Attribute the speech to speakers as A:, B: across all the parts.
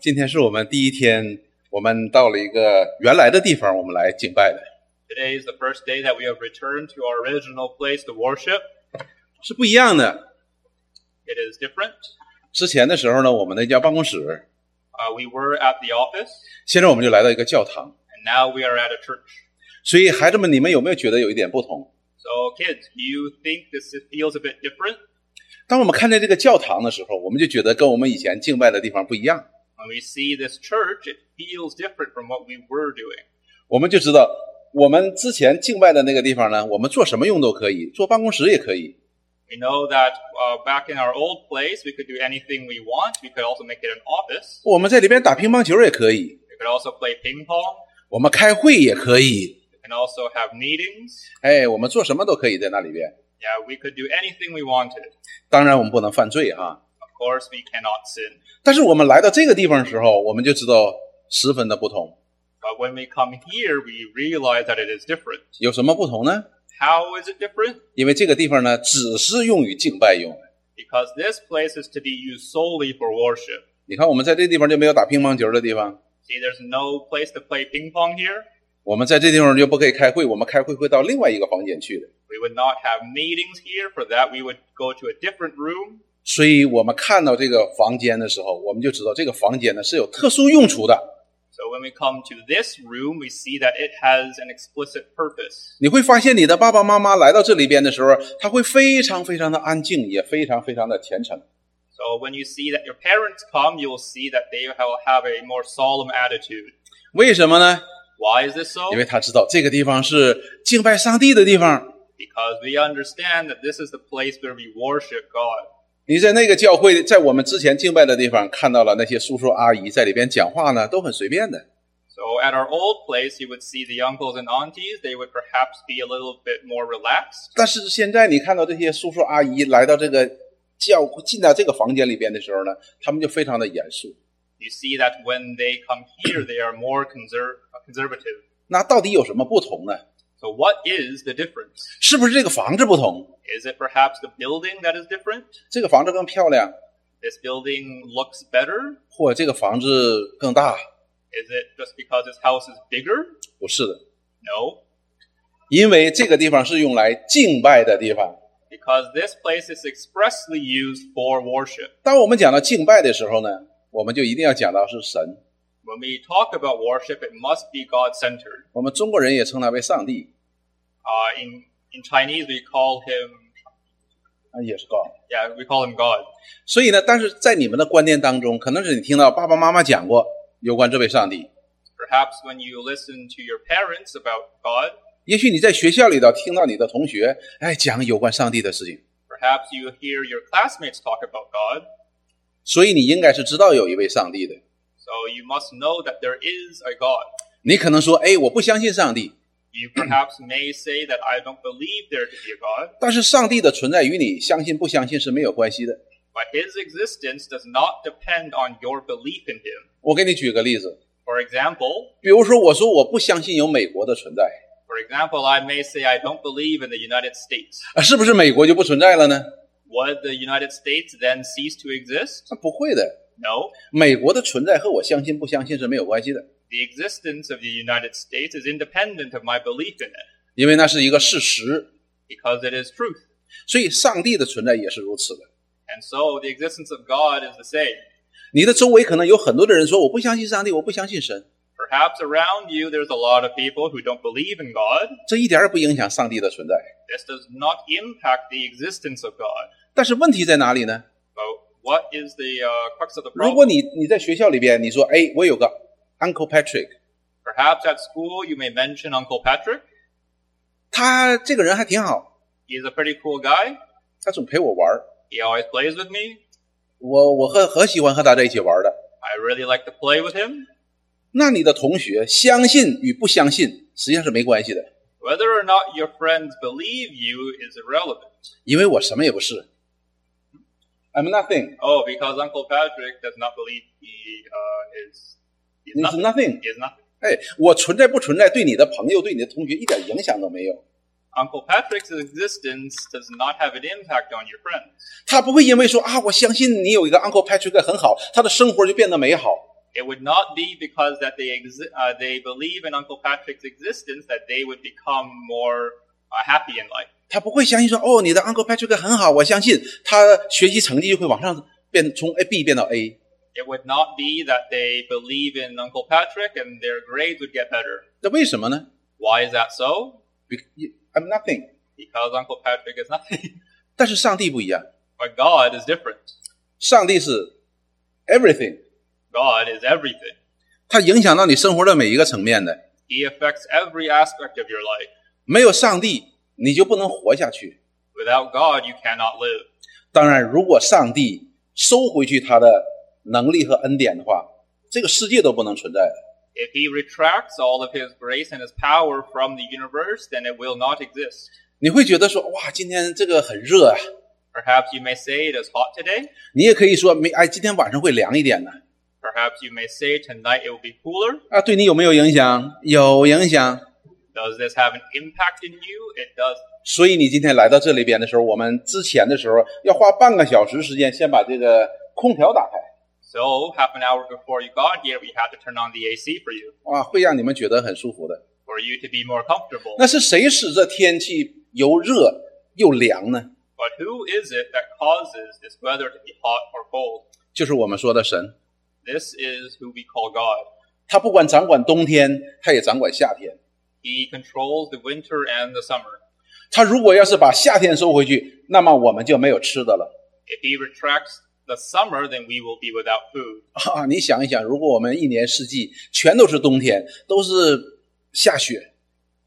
A: 今天是我们第一天，我们到了一个原来的地方，我们来敬拜的，
B: Today is the first day that we have returned to our original place to worship.
A: 是不一样的。
B: It is different.
A: 之前的时候呢，我们那叫办公室，
B: Uh, we were at the office,
A: 现在我们就来到一个教堂。
B: and now we are at a church.
A: 所以，孩子们，你们有没有觉得有一点不同？
B: So, kids, do you think this is- feels a bit different?
A: 当我们看见这个教堂的时候，我们就觉得跟我们以前敬拜的地方不一样，
B: When we see this church, it feels different from what we were doing.
A: 我们就知道我们之前敬拜的那个地方呢，我们做什么用都可以，做办公室也可以。
B: We know that uh, back in our old place, we could do anything we want. We could also make it an office.
A: 我们在里边打乒乓球也可以，
B: We could also play ping pong.
A: 我们开会也可以，
B: We can also have meetings.
A: 哎，我们做什么都可以在那里边。
B: Yeah, we could do anything we wanted.
A: 当然，我们不能犯罪啊哈。
B: Of course, we cannot sin.
A: 但是我们来到这个地方的时候，我们就知道十分的不同。
B: But when we come here, we realize that it is different.
A: 有什么不同呢？
B: How is it different?
A: 因为这个地方呢，只是用于敬拜用的。
B: Because this place is to be used solely for worship.
A: 你看，我们在这地方就没有打乒乓球的地方，
B: See, there's no place to play ping pong here.
A: 我们在这地方就不可以开会，我们开会会到另外一个房间去的。
B: We would not have meetings here. For that, we would go to a different room.
A: 所以我们看到这个房间的时候，我们就知道这个房间呢是有特殊用处的。
B: So when we come to this room, we see that it has an explicit purpose.
A: 你会发现，你的爸爸妈妈来到这里边的时候，他会非常非常的安静，也非常非常的虔诚。
B: So when you see that your parents come, you will see that they will have a more solemn attitude.
A: 为什么呢？
B: Why is this so?
A: 因为他知道这个地方是敬拜上帝的地方。
B: Because we understand that this is the place where we worship God.
A: 你在那个教会，在我们之前敬拜的地方，看到了那些叔叔阿姨在里边讲话呢，都很随便的。
B: So at our old place, you would see the uncles and aunties. They would perhaps be a little bit more relaxed.
A: 但是现在你看到这些叔叔阿姨来到这个教进到这个房间里边的时候呢，他们就非常的严肃。
B: You see that when they come here, they are more conser- uh, conservative.
A: 那到底有什么不同呢？
B: So what is the difference?
A: 是不是这个房子不同？
B: Is it perhaps the building that is different?
A: 这个房子更漂亮，
B: This building looks better?
A: 或者这个房子更大？
B: Is it just because this house is bigger?
A: 不是的，
B: No,
A: 因为这个地方是用来敬拜的地方。
B: because this place is expressly used for worship.
A: 当我们讲到敬拜的时候呢，我们就一定要讲到是神。
B: When we talk about worship, it must be God centered.
A: 我们中国人也称他为上帝，
B: Uh, in, in Chinese, we call him,
A: 啊，也是高。
B: yeah, we call him God.
A: 所以呢，但是在你们的观念当中，可能是你听到爸爸妈妈讲过有关这位上帝，
B: Perhaps when you listen to your parents about God,
A: 也许你在学校里头听到你的同学哎讲有关上帝的事情，
B: perhaps you hear your classmates talk about God,
A: 所以你应该是知道有一位上帝的。
B: so you must know that there is a God.
A: 你可能说，哎，我不相信上帝，
B: You perhaps may say that I don't believe there to be a God,
A: 但是上帝的存在与你相信不相信是没有关系的。
B: but his existence does not depend on your belief in him.
A: 我给你举个例子，
B: For example,
A: 比如说我说我不相信有美国的存在，
B: for example, I may say I don't believe in the United States.
A: 啊，是不是美国就不存在了呢？
B: Would the United States then cease to exist?
A: 那啊不会的，
B: No.
A: 美国的存在和我相信不相信是没有关系的，
B: The existence of the United States is independent of my belief in it,
A: 因为那是一个事实。
B: because it is truth.
A: 所以上帝的存在也是如此的。
B: And so the existence of God is the same.
A: 你的周围可能有很多的人说我不相信上帝，我不相信神，
B: Perhaps around you there's a lot of people who don't believe in God.
A: 这一点儿也不影响上帝的存在。
B: This does not impact the existence of God.
A: 但是问题在哪里呢？
B: But what is the uh, crux of the
A: 如果
B: problem?
A: 你你在学校里边，你说哎，我有个 Uncle Patrick，
B: Perhaps at school you may mention Uncle Patrick.
A: 他这个人还挺好，
B: He's a pretty cool guy.
A: 他总陪我玩儿，
B: He always plays with me.
A: 我我很很喜欢和他在一起玩儿的。
B: I really like to play with him.
A: 那你的同学相信与不相信，实际上是没关系的，
B: Whether or not your friends believe you is irrelevant.
A: 因为我什么也不是。I'm nothing.
B: Oh, because Uncle Patrick does not believe he uh, is, is
A: It's
B: nothing.
A: nothing.
B: He is nothing.
A: 哎，我存在不存在，对你的朋友、对你的同学一点影响都没有。
B: Uncle Patrick's existence does not have an impact on your friends.
A: 他不会因为说啊，我相信你有一个 Uncle Patrick 很好，他的生活就变得美好。
B: It would not be because that they exi- uh, they believe in Uncle Patrick's existence that they would become more uh, happy in life.
A: 他不会相信说哦，你的 Uncle Patrick 很好，我相信他学习成绩就会往上变，从 A B 变到 A。
B: It would not be that they believe in Uncle Patrick and their grades would get better.
A: 那为什么呢
B: Why is that so?
A: Be-？I'm nothing。
B: Because Uncle Patrick is nothing,
A: 但是上帝不一样，
B: but God is different.
A: 上帝是 everything，
B: God is everything.
A: 它影响到你生活的每一个层面的。
B: He affects every aspect of your life.
A: 没有上帝，你就不能活下去。
B: Without God, you cannot live.
A: 当然，如果上帝收回去他的能力和恩典的话，这个世界都不能存在了。
B: If he retracts all of his grace and his power from the universe, then it will not exist.
A: 你会觉得说，哇，今天这个很热啊。
B: Perhaps you may say it is hot today.
A: 你也可以说，没，哎，今天晚上会凉一点呢。
B: Perhaps you may say tonight it will be cooler.
A: 啊，对你有没有影响？有影响。
B: Does this have an impact in you? It does.
A: 所以你今天来到这里边的时候，我们之前的时候要花半个小时时间，先把这个空调打开，
B: So, half an hour before you got here, we had to turn on the AC for you,
A: 哇，会让你们觉得很舒服的。
B: for you to be more comfortable.
A: 那是谁使这天气又热又凉呢？
B: But who is it that causes this weather to be hot or cold?
A: 就是我们说的神，
B: This is who we call God.
A: 他不管掌管冬天，他也掌管夏天。
B: He controls the winter and the summer.
A: 他如果要是把夏天收回去，那么我们就没有吃的了
B: If he retracts the summer, then we will be without food.
A: 啊！你想一想，如果我们一年四季全都是冬天，都是下雪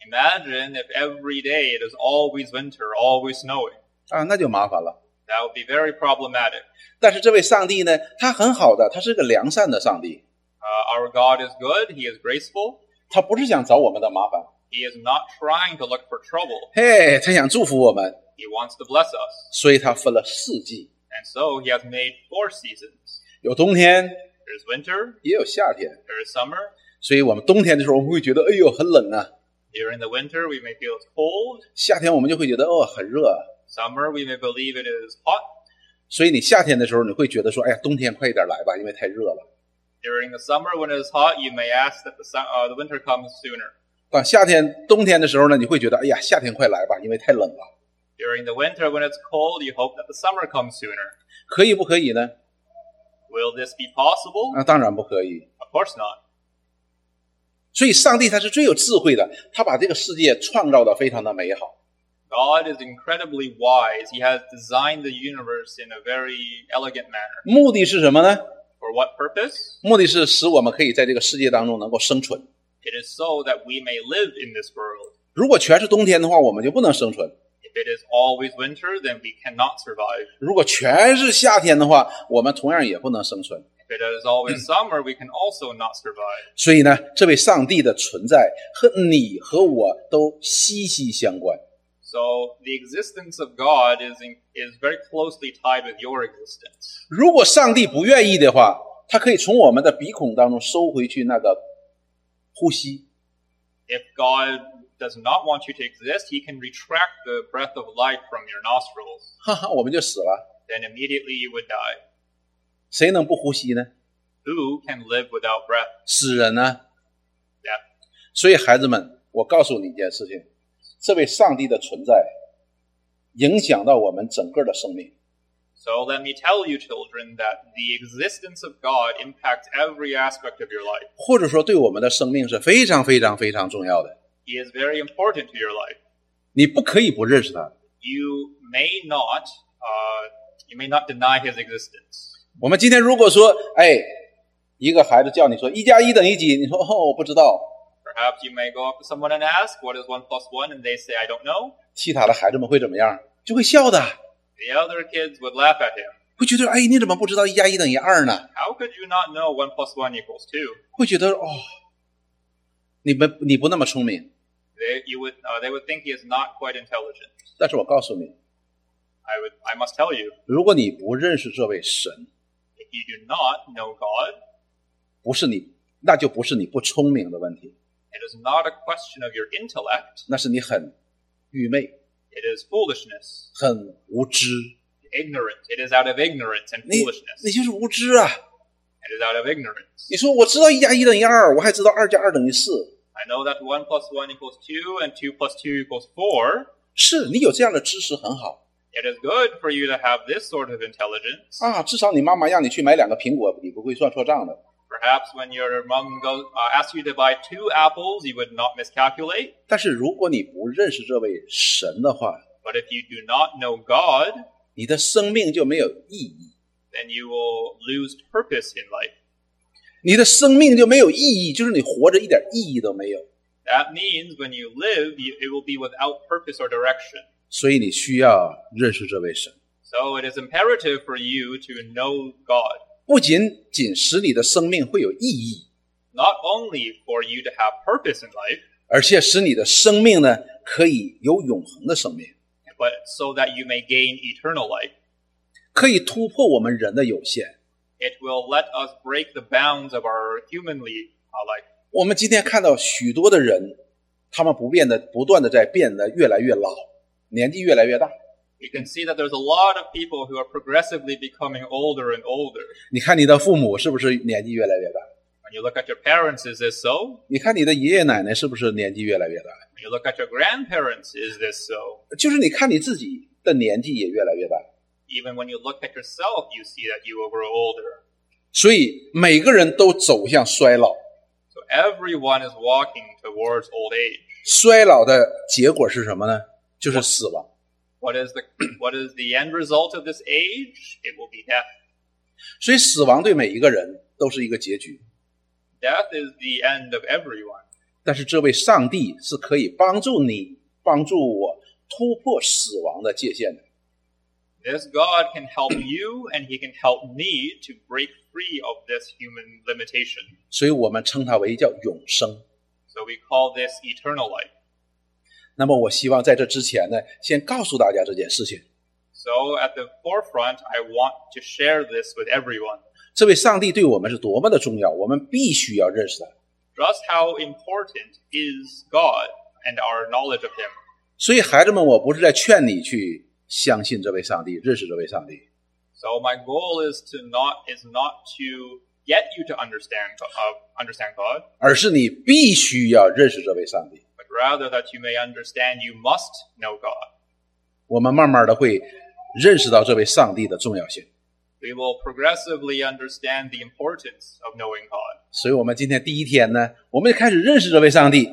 B: Imagine if every day it is always winter, always snowing.
A: 啊，那就麻烦了。
B: That would be very problematic.
A: 但是这位上帝呢，他很好的，他是个良善的上帝，
B: Uh, our God is good, He is graceful,
A: 他不是想找我们的麻烦，
B: He is not trying to look for trouble.
A: 嘿，他想祝福我们，
B: He wants to bless us.
A: 所以他分了四季，
B: And so He has made four seasons
A: 有冬天，
B: there's winter,
A: 也有夏天。
B: there is summer.
A: 所以我们冬天的时候，我们会觉得哎呦很冷啊；
B: During the winter, we may feel it's cold.
A: 夏天我们就会觉得哦很热啊。
B: Summer, we may believe it is hot.
A: 所以你夏天的时候，你会觉得说，哎呀，冬天快一点来吧，因为太热了。
B: During the summer, when it is hot, you may ask that the, sun, uh, the winter comes sooner.
A: 啊，夏天、冬天的时候呢，你会觉得，哎呀，夏天快来吧，因为太冷了。
B: During the winter, when it's cold, you hope that the summer comes sooner.
A: 可以不可以呢？
B: Will this be possible?
A: 啊，当然不可以。
B: Of course not.
A: 所以，上帝他是最有智慧的，他把这个世界创造的非常的美好。
B: God is incredibly wise. He has designed the universe in a very elegant manner.
A: 目的是什么呢？
B: For what purpose?
A: 目的是使我们可以在这个世界当中能够生存。
B: It is so that we may live in this world.
A: 如果全是冬天的话，我们就不能生存；
B: If it is always winter, then we cannot survive.
A: 如果全是夏天的话，我们同样也不能生存。
B: If it is always summer, we can also not survive.
A: 所以呢，这位上帝的存在和你和我都息息相关。
B: So the existence of God is in, is very closely tied with your existence.
A: 如果上帝不愿意的话，他可以从我们的鼻孔当中收回去那个呼吸。
B: If God does not want you to exist, he can retract the breath of life from your nostrils.
A: 哈哈，我们就死了。
B: Then immediately you would die.
A: 谁能不呼吸呢？
B: Who can live without breath?
A: 死人呢、
B: Yeah.
A: 所以孩子们，我告诉你一件事情：这位上帝的存在影响到我们整个的生命。
B: So let me tell you, children, that the existence of God impacts every aspect of your life.
A: 或者说，对我们的生命是非常非常非常重要的。
B: He is very important to your life.
A: 你不可以不认识他。
B: You may not, uh, you may not deny his existence.
A: 我们今天如果说，哎，一个孩子叫你说一加一等于几，你说哦，我不知道。
B: Perhaps you may go up to someone and ask, what is one plus one? And they say, I don't know.
A: 其他的孩子们会怎么样？就会笑的，
B: The other kids would laugh at him.
A: 会觉得哎，你怎么不知道一加一等于二呢？
B: How could you not know one plus one equals two?
A: 会觉得哦，你们你不那么聪明。
B: They, you would, uh, they would think he is not quite intelligent.
A: 但是我告诉你，
B: I would, I must tell you,
A: 如果你不认识这位神，
B: if you do not know God,
A: 不是你，那就不是你不聪明的问题，
B: it is not a question of your intellect.
A: 那是你很愚昧、
B: It is foolishness,
A: 很无知。
B: ignorant. It is out of ignorance and
A: 你
B: foolishness.
A: 你就是无知啊！
B: and is out of ignorance.
A: 你说我知道一加一等于二，我还知道二加二等于四，
B: I know that 1 plus 1 equals 2 and 2 plus 2 equals 4.
A: 是你有这样的知识很好
B: It is good for you to have this sort of intelligence.
A: 啊，至少你妈妈让你去买两个苹果，你不会算错账的。
B: Perhaps when your mom goes, uh, asks you to buy two apples, you would not miscalculate.
A: 但是如果你不认识这位神的话，
B: But if you do not know God,
A: 你的生命就没有意义，
B: then you will lose purpose in life.
A: 你的生命就没有意义，就是你活着一点意义都没有。
B: That means when you live, you, it will be without purpose or direction.
A: 所以你需要认识这位神，
B: So it is imperative for you to know God,
A: 不仅仅使你的生命会有意义，
B: not only for you to have purpose in life,
A: 而且使你的生命呢可以有永恒的生命，
B: but so that you may gain eternal life.
A: 可以突破我们人的有限。
B: It will let us break the bounds of our humanly uh, life.
A: 我们今天看到许多的人，他们不变的不断的在变得越来越老，年纪越来越大。
B: You can see that there's a lot of people who are progressively becoming older and older.
A: 你看你的父母是不是年纪越来越大？
B: When you look at your parents, is this so?
A: 你看你的爷爷奶奶是不是年纪越来越大？
B: When you look at your grandparents, is this so?
A: 就是你看你自己的年纪也越来越大。
B: Even when you look at yourself, you see that you will grow older.
A: 所以每个人都走向衰老，
B: So everyone is walking towards old age.
A: 衰老的结果是什么呢？就是死亡。
B: What is the what is the end result of this age? It will be death.
A: 所以死亡对每一个人都是一个结局。
B: Death is the end of everyone.
A: 但是这位上帝是可以帮助你、帮助我突破死亡的界限的。
B: This God can help you and he can help me to break free of this human limitation.
A: 所以我们称它为叫永生。
B: So we call this eternal life.
A: 那么我希望在这之前呢，先告诉大家这件事情。
B: So at the forefront, I want to share this with everyone.
A: 这位上帝对我们是多么的重要，我们必须要认识他。
B: Just how important is God and our knowledge of him.
A: 所以孩子们，我不是在劝你去相信这位上帝，认识这位上帝。
B: So my goal is to not is not to get you to understand uh, understand God,
A: 而是你必须要认识这位上帝。
B: but rather that you may understand you must know God.
A: 我们慢慢的会认识到这位上帝的重要性。
B: We will progressively understand the importance of knowing God.
A: 所以，我们今天第一天呢，我们就开始认识这位上帝。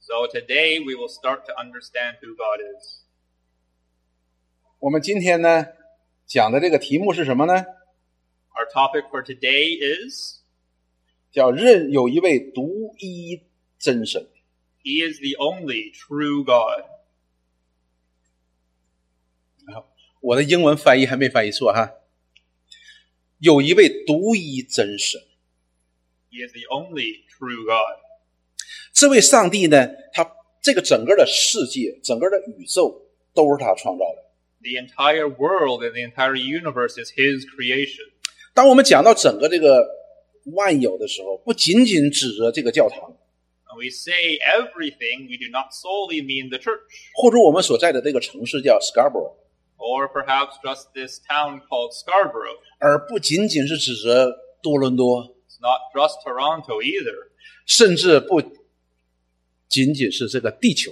B: So today we will start to understand who God is.
A: 我们今天呢讲的这个题目是什么呢？
B: Our topic for today is
A: 叫认有一位独一真神。
B: He is the only true God.
A: 我的英文翻译还没翻译错哈。有一位独一真神，
B: He is the only true God.
A: 这位上帝呢，他这个整个的世界、整个的宇宙都是他创造的。
B: The entire world and the entire universe is His creation.
A: 当我们讲到整个这个万有的时候，不仅仅指着这个教堂，
B: When we say everything, we do not solely mean the church,
A: 或者我们所在的这个城市叫 Scarborough，
B: or perhaps just this town called Scarborough.
A: 而不仅仅是指着多伦多，
B: It's not just Toronto either.
A: 甚至不仅仅是这个地球，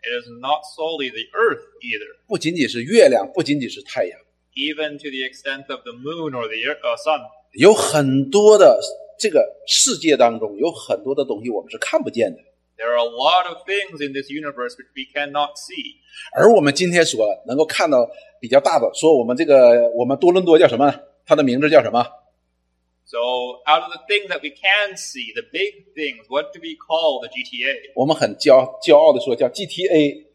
B: It is not solely the earth either,
A: 不仅仅是月亮，不仅仅是太阳，
B: even to the extent of the moon or the ear- uh, sun.
A: 有很多的这个世界当中有很多的东西我们是看不见的。
B: There are a lot of things in this universe which we cannot see.
A: 而我们今天所能够看到比较大的，说我们这个我们多伦多叫什么？它的名字叫什么？
B: So, out of the things that we can see, the big things, what do we call the GTA?
A: 我们很骄骄傲的说叫 GTA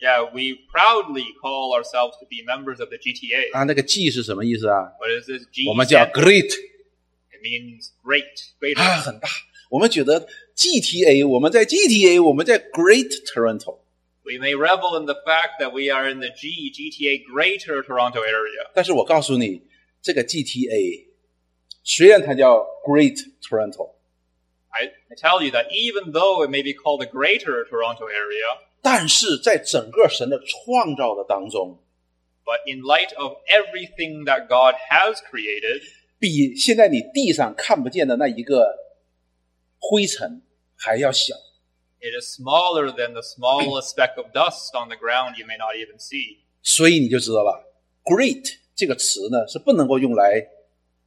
B: Yeah, we proudly call ourselves to be members of the GTA.
A: 啊，那个 G 是什么意思啊？
B: What is this G?
A: 我们叫
B: stand for?
A: Great
B: It means great, greater.
A: 啊，很大。我们觉得 GTA，我们在 GTA，我们在 Great Toronto，
B: We may revel in the fact that we are in the G GTA Greater Toronto area.
A: 但是我告诉你，这个 GTA 虽然它叫 Great Toronto，
B: I tell you that even though it may be called the Greater Toronto area,
A: 但是在整个神的创造的当中，
B: but in light of everything that God has created,
A: 比现在你地上看不见的那一个灰尘还要小。
B: It is smaller than the smallest speck of dust on the ground you may not even see.
A: 所以你就知道了，great 这个词呢是不能够用来，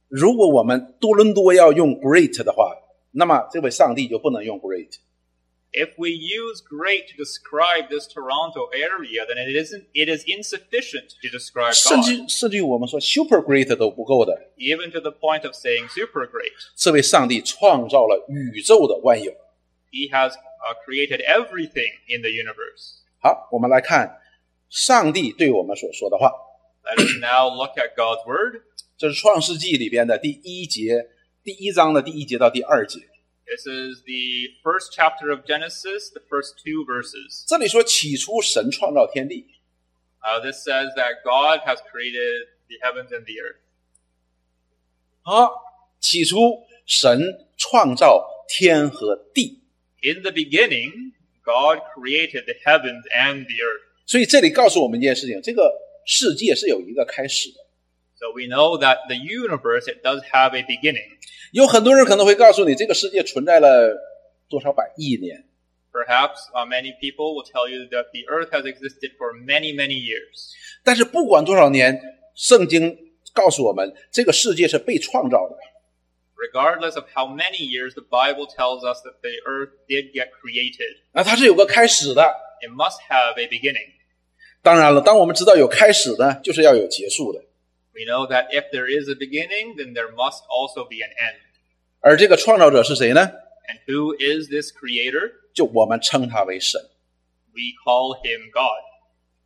A: 如果我们多伦多要用 great 的话，那么这位上帝就不能用 great。
B: If we use great to describe this Toronto area, then it isn't it is insufficient to describe
A: 甚
B: God,
A: 至甚至于我们说 super great 都不够的。
B: even to the point of saying super great.
A: 这位上帝创造了宇宙的万有。
B: He has uh, created everything in the universe.
A: 好，我们来看上帝对我们所说的话，
B: Let us now look at God's word.
A: 这是创世纪里边的第一节，第一章的第一节到第二节。
B: This is the first chapter of Genesis, the first two verses.
A: 这里说起初神创造天地，
B: Uh, this says that God has created the heavens and the earth.
A: 啊，起初神创造天和地，
B: In the beginning, God created the heavens and the earth.
A: 所以这里告诉我们一件事情：这个世界是有一个开始的。
B: So we know that the universe it does have a beginning.
A: 有很多人可能会告诉你，这个世界存在了多少百亿年，
B: Perhaps uh, many people will tell you that the earth has existed for many, many years.
A: 但是不管多少年，圣经告诉我们，这个世界是被创造的。
B: Regardless of how many years, the Bible tells us that the earth did get created.
A: 啊，它是有个开始的。
B: It must have a beginning.
A: 当然了，当我们知道有开始呢，就是要有结束的。
B: We know that if there is a beginning, then there must also be an end.
A: 而这个创造者是谁呢？
B: And who is this creator?
A: 就我们称他为神。
B: We call him God.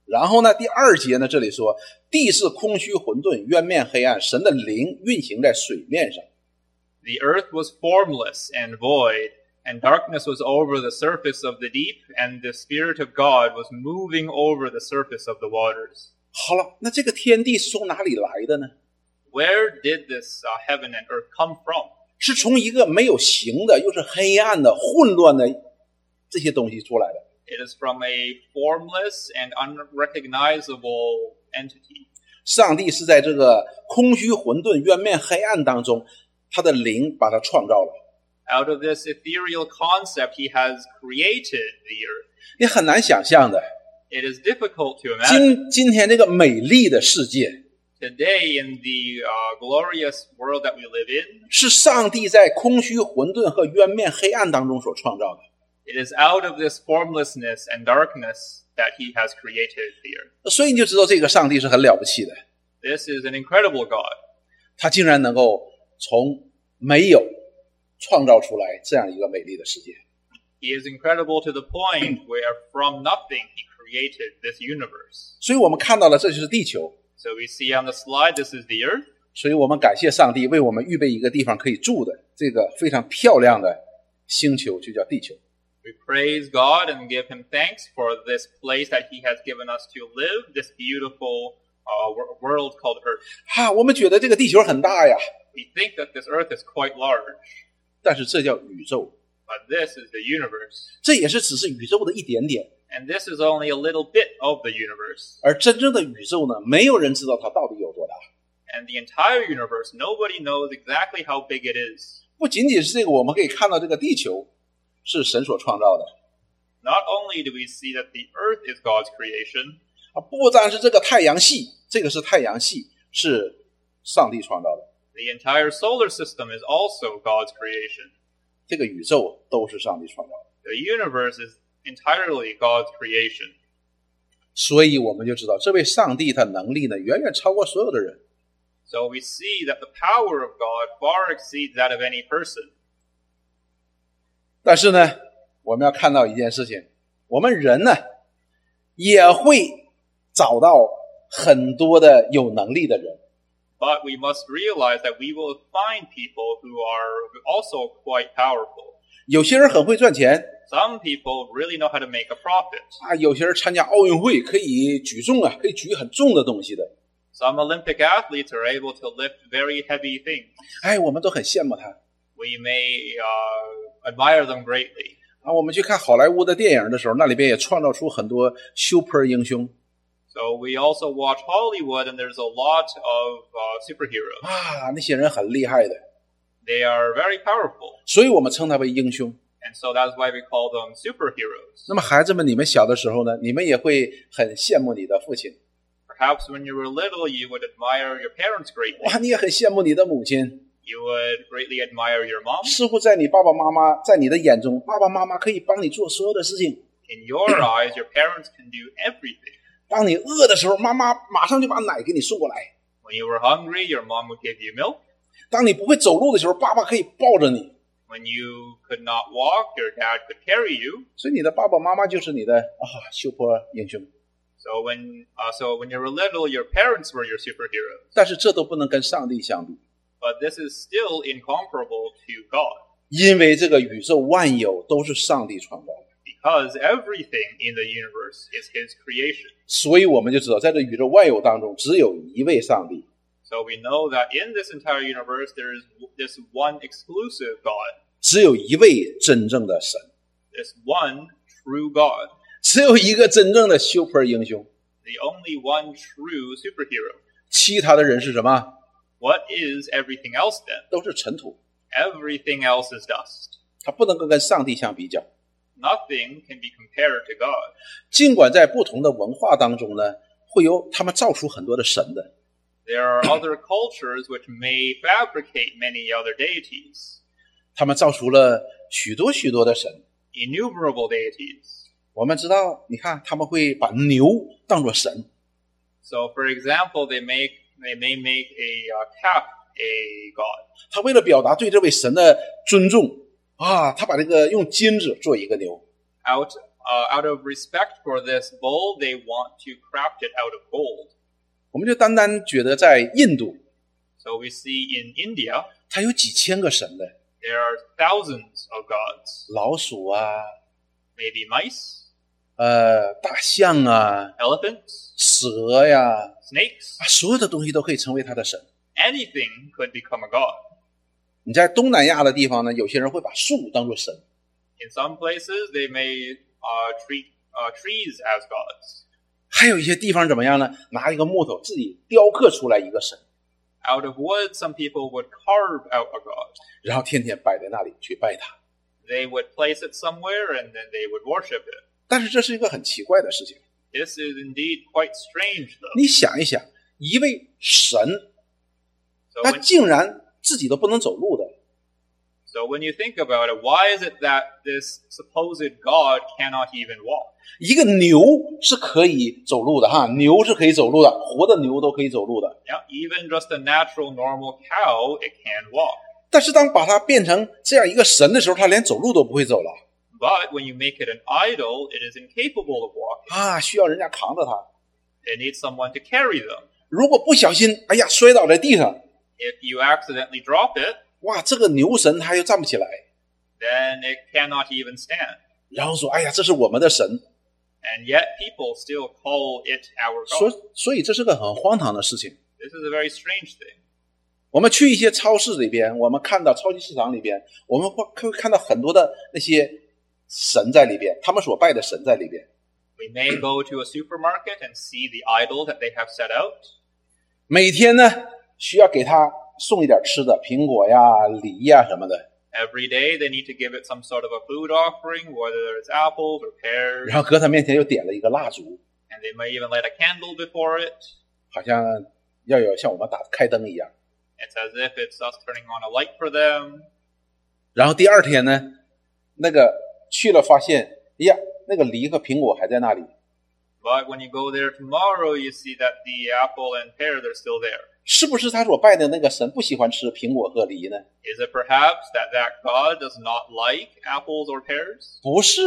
A: 然后呢，第二节呢，这里说地是空虚混沌，渊面黑暗，神的灵运行在水面上。
B: The earth was formless and void, and darkness was over the surface of the deep, and the Spirit of God was moving over the surface of the waters.
A: 好了，那这个天地是从哪里来的呢？
B: Where did this uh, heaven and earth come from?
A: 是从一个没有形的，又是黑暗的、混乱的这些东西出来的。
B: It is from a formless and unrecognizable entity.
A: 上帝是在这个空虚、混沌、渊面、黑暗当中，他的灵把它创造了。
B: Out of this ethereal concept, he has created the earth.
A: 你很难想象的，
B: It is difficult to imagine.
A: 今今天这个美丽的世界，
B: Today, in the uh, glorious world that we live in,
A: 是上帝在空虚、混沌和渊面、黑暗当中所创造的。
B: It is out of this formlessness and darkness that he has created the earth.
A: 所以你就知道这个上帝是很了不起的，
B: This is an incredible God.
A: 他竟然能够从没有创造出来这样一个美丽的世界。
B: He is incredible to the point where from nothing he created this universe.
A: 所以我们看到了，这就是地球。
B: So we see on the slide this is the earth.
A: 所以我们感谢上帝为我们预备一个地方可以住的这个非常漂亮的星球，就叫地球。
B: We praise God and give him thanks for this place that he has given us to live, this beautiful uh, wor- world called earth.
A: 哈、啊我们觉得这个地球很大呀，
B: We think that this earth is quite large,
A: 但是这叫宇宙，
B: but this is the universe.
A: 这也是只是宇宙的一点点。
B: And this is only a little bit of the universe.
A: 而真正的宇宙呢，没有人知道它到底有多大。
B: and the entire universe, nobody knows exactly how big it is.
A: 不仅仅是这个，我们可以看到这个地球是神所创造的
B: Not only do we see that the earth is God's creation,
A: 啊，不单是这个太阳系，这个是太阳系是上帝创造的，
B: the entire solar system is also God's creation.
A: 这个宇宙都是上帝创造的。
B: The universe is entirely God's creation.
A: 所以我们就知道，这位上帝他能力呢，远远超过所有的人。
B: So we see that the power of God far exceeds that of any person.
A: 但是呢，我们要看到一件事情，我们人呢也会找到很多的有能力的人，
B: But we must realize that we will find people who are also quite powerful.
A: 有些人很会赚钱
B: Some people really know how to make a profit.
A: 啊，有些人参加奥运会可以举重啊，可以举很重的东西的。
B: Some Olympic athletes are able to lift very heavy things.
A: 哎，我们都很羡慕他
B: we may uh, admire them greatly.
A: 啊。我们去看好莱坞的电影的时候，那里边也创造出很多 super 英雄。
B: So we also watch Hollywood, and there's a lot of uh, superheroes.
A: 啊，那些人很厉害的，
B: They are very powerful,
A: 所以我们称他为英雄。
B: and so that's why we call them superheroes.
A: 那么孩子们，你们小的时候呢，你们也会很羡慕你的父亲，
B: Perhaps when you were little, you would admire your parents greatly.
A: 哇，你也很羡慕你的母亲。
B: You would greatly admire your mom.
A: 似乎在你爸爸妈妈在你的眼中，爸爸妈妈可以帮你做所有的事情。
B: In your eyes, your parents can do everything.
A: 当你饿的时候，妈妈马上就把奶给你送过来；
B: When you were hungry, your mom would give you milk.
A: 当你不会走路的时候，爸爸可以抱着你。
B: When you could not walk, your dad could carry you.
A: 所以你的爸爸妈妈就是你的啊修坡英雄。
B: So when uh, so when you were little, your parents were your superheroes.
A: 但是这都不能跟上帝相比，
B: But this is still incomparable to God,
A: 因为这个宇宙万有都是上帝创造的，
B: because everything in the universe is His creation.
A: 所以我们就知道，在这宇宙万有当中，只有一位上帝，
B: So we know that in this entire universe, there is w- this one exclusive God,
A: 只有一位真正的神，
B: this one true God,
A: 只有一个真正的修坡英雄。
B: the only one true superhero.
A: 其他的人是什么？
B: What is everything else then?
A: 都是尘土，
B: Everything else is dust.
A: 他不能够跟上帝相比较。
B: Nothing can be compared to God.
A: 尽管在不同的文化当中呢，会有他们造出很多的神的，
B: There are other cultures which may fabricate many other deities,
A: 他们造出了许多许多的神。
B: innumerable deities.
A: 我们知道，你看他们会把牛当作神，
B: So, for example, they make they may make a uh, calf a god.
A: 他为了表达对这位神的尊重啊，他把这个用金子做一个牛，
B: Out uh, out of respect for this bull, they want to craft it out of gold.
A: 我们就单单觉得在印度，
B: So we see in India
A: 它有几千个神的，
B: there are thousands of gods.
A: 老鼠啊，
B: Maybe mice,
A: 呃，大象啊，
B: elephants,
A: 蛇呀、
B: snakes.
A: 啊，所有的东西都可以成为他的神。
B: Anything could become a god.
A: 你在东南亚的地方呢，有些人会把树当作神，
B: In some places, they may uh, treat uh, trees as gods.
A: 还有一些地方怎么样呢？拿一个木头自己雕刻出来一个神，
B: Out of wood, some people would carve out a god.
A: 然后天天摆在那里去拜他。
B: They would place it somewhere and then they would worship it.
A: 但是这是一个很奇怪的事情。
B: This is indeed quite strange, though.
A: 你想一想，一位神
B: So
A: 他
B: when,
A: 竟然自己都不能走路的，
B: so when you think about it, why is it that this supposed god cannot even walk?
A: 一个牛是可以走路的哈，牛是可以走路的，活的牛都可以走路的。
B: Now, even just a natural, normal cow, it can walk.
A: 但是当把它变成这样一个神的时候，它连走路都不会走了
B: But when you make it an idol, it is incapable of walking.
A: 啊，需要人家扛着它。
B: It needs someone to carry them.
A: 如果不小心，哎呀，摔倒在地上，
B: If you accidentally drop it,
A: 哇，这个牛神他又站不起来，
B: then it cannot even stand.
A: 然后说，哎呀，这是我们的神。
B: And yet people still call it our God.
A: 所所以这是个很荒唐的事情。
B: This is a very strange thing.
A: 我们去一些超市里边，我们看到超级市场里边，我们会会看到很多的那些神在里边，他们所拜的神在里边。
B: We may go to a supermarket and see the idol that they have set out.
A: 每天呢需要给他送一点吃的，苹果呀、梨呀什么的，
B: Every day they need to give it some sort of a food offering, whether it's apples or pears,
A: 然后搁他面前又点了一个蜡烛，
B: and they may even light a candle before it.
A: 好像要有像我们打开灯一样。
B: It's as if it's us turning on a light for them.
A: 然后第二天呢，那个去了发现，哎呀，那个梨和苹果还在那里，
B: But when you go there tomorrow, you see that the apple and pear, they're still there.
A: 是不是他所拜的那个神不喜欢吃苹果和梨呢？
B: Is it perhaps that that God does not like apples or pears?
A: 不是，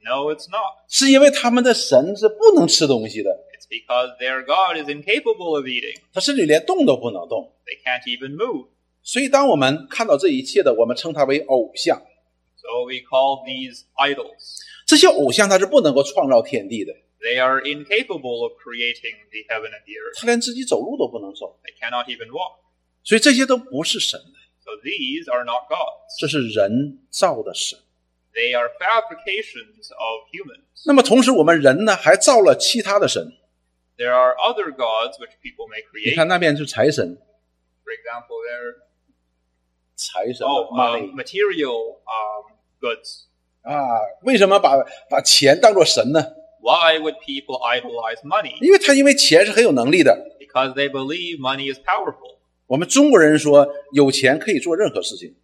B: No, it's not.
A: 是因为他们的神是不能吃东西的，
B: It's because their God is incapable of eating.
A: 他甚至连动都不能动。
B: They can't even move.
A: 所以，当我们看到这一切的，我们称它为偶像。
B: So we call these idols.
A: 这些偶像它是不能够创造天地的，
B: They are incapable of creating the heaven and the earth.
A: 他连自己走路都不能走，
B: They cannot even walk.
A: 所以这些都不是神的，
B: So these are not gods.
A: 这是人造的神。
B: They are fabrications of humans.
A: 那么同时，我们人呢还造了其他的神，
B: There are other gods which people may
A: 你
B: create.
A: 看那边是财神，
B: For example, there
A: 财神
B: oh, um,
A: money
B: material um, goods.
A: 啊，为什么把把钱当做神呢？
B: Why would people idolize money?
A: 因为他因为钱是很有能力的。
B: Because they believe money is powerful.
A: 我们中国人说有钱可以做任何事情，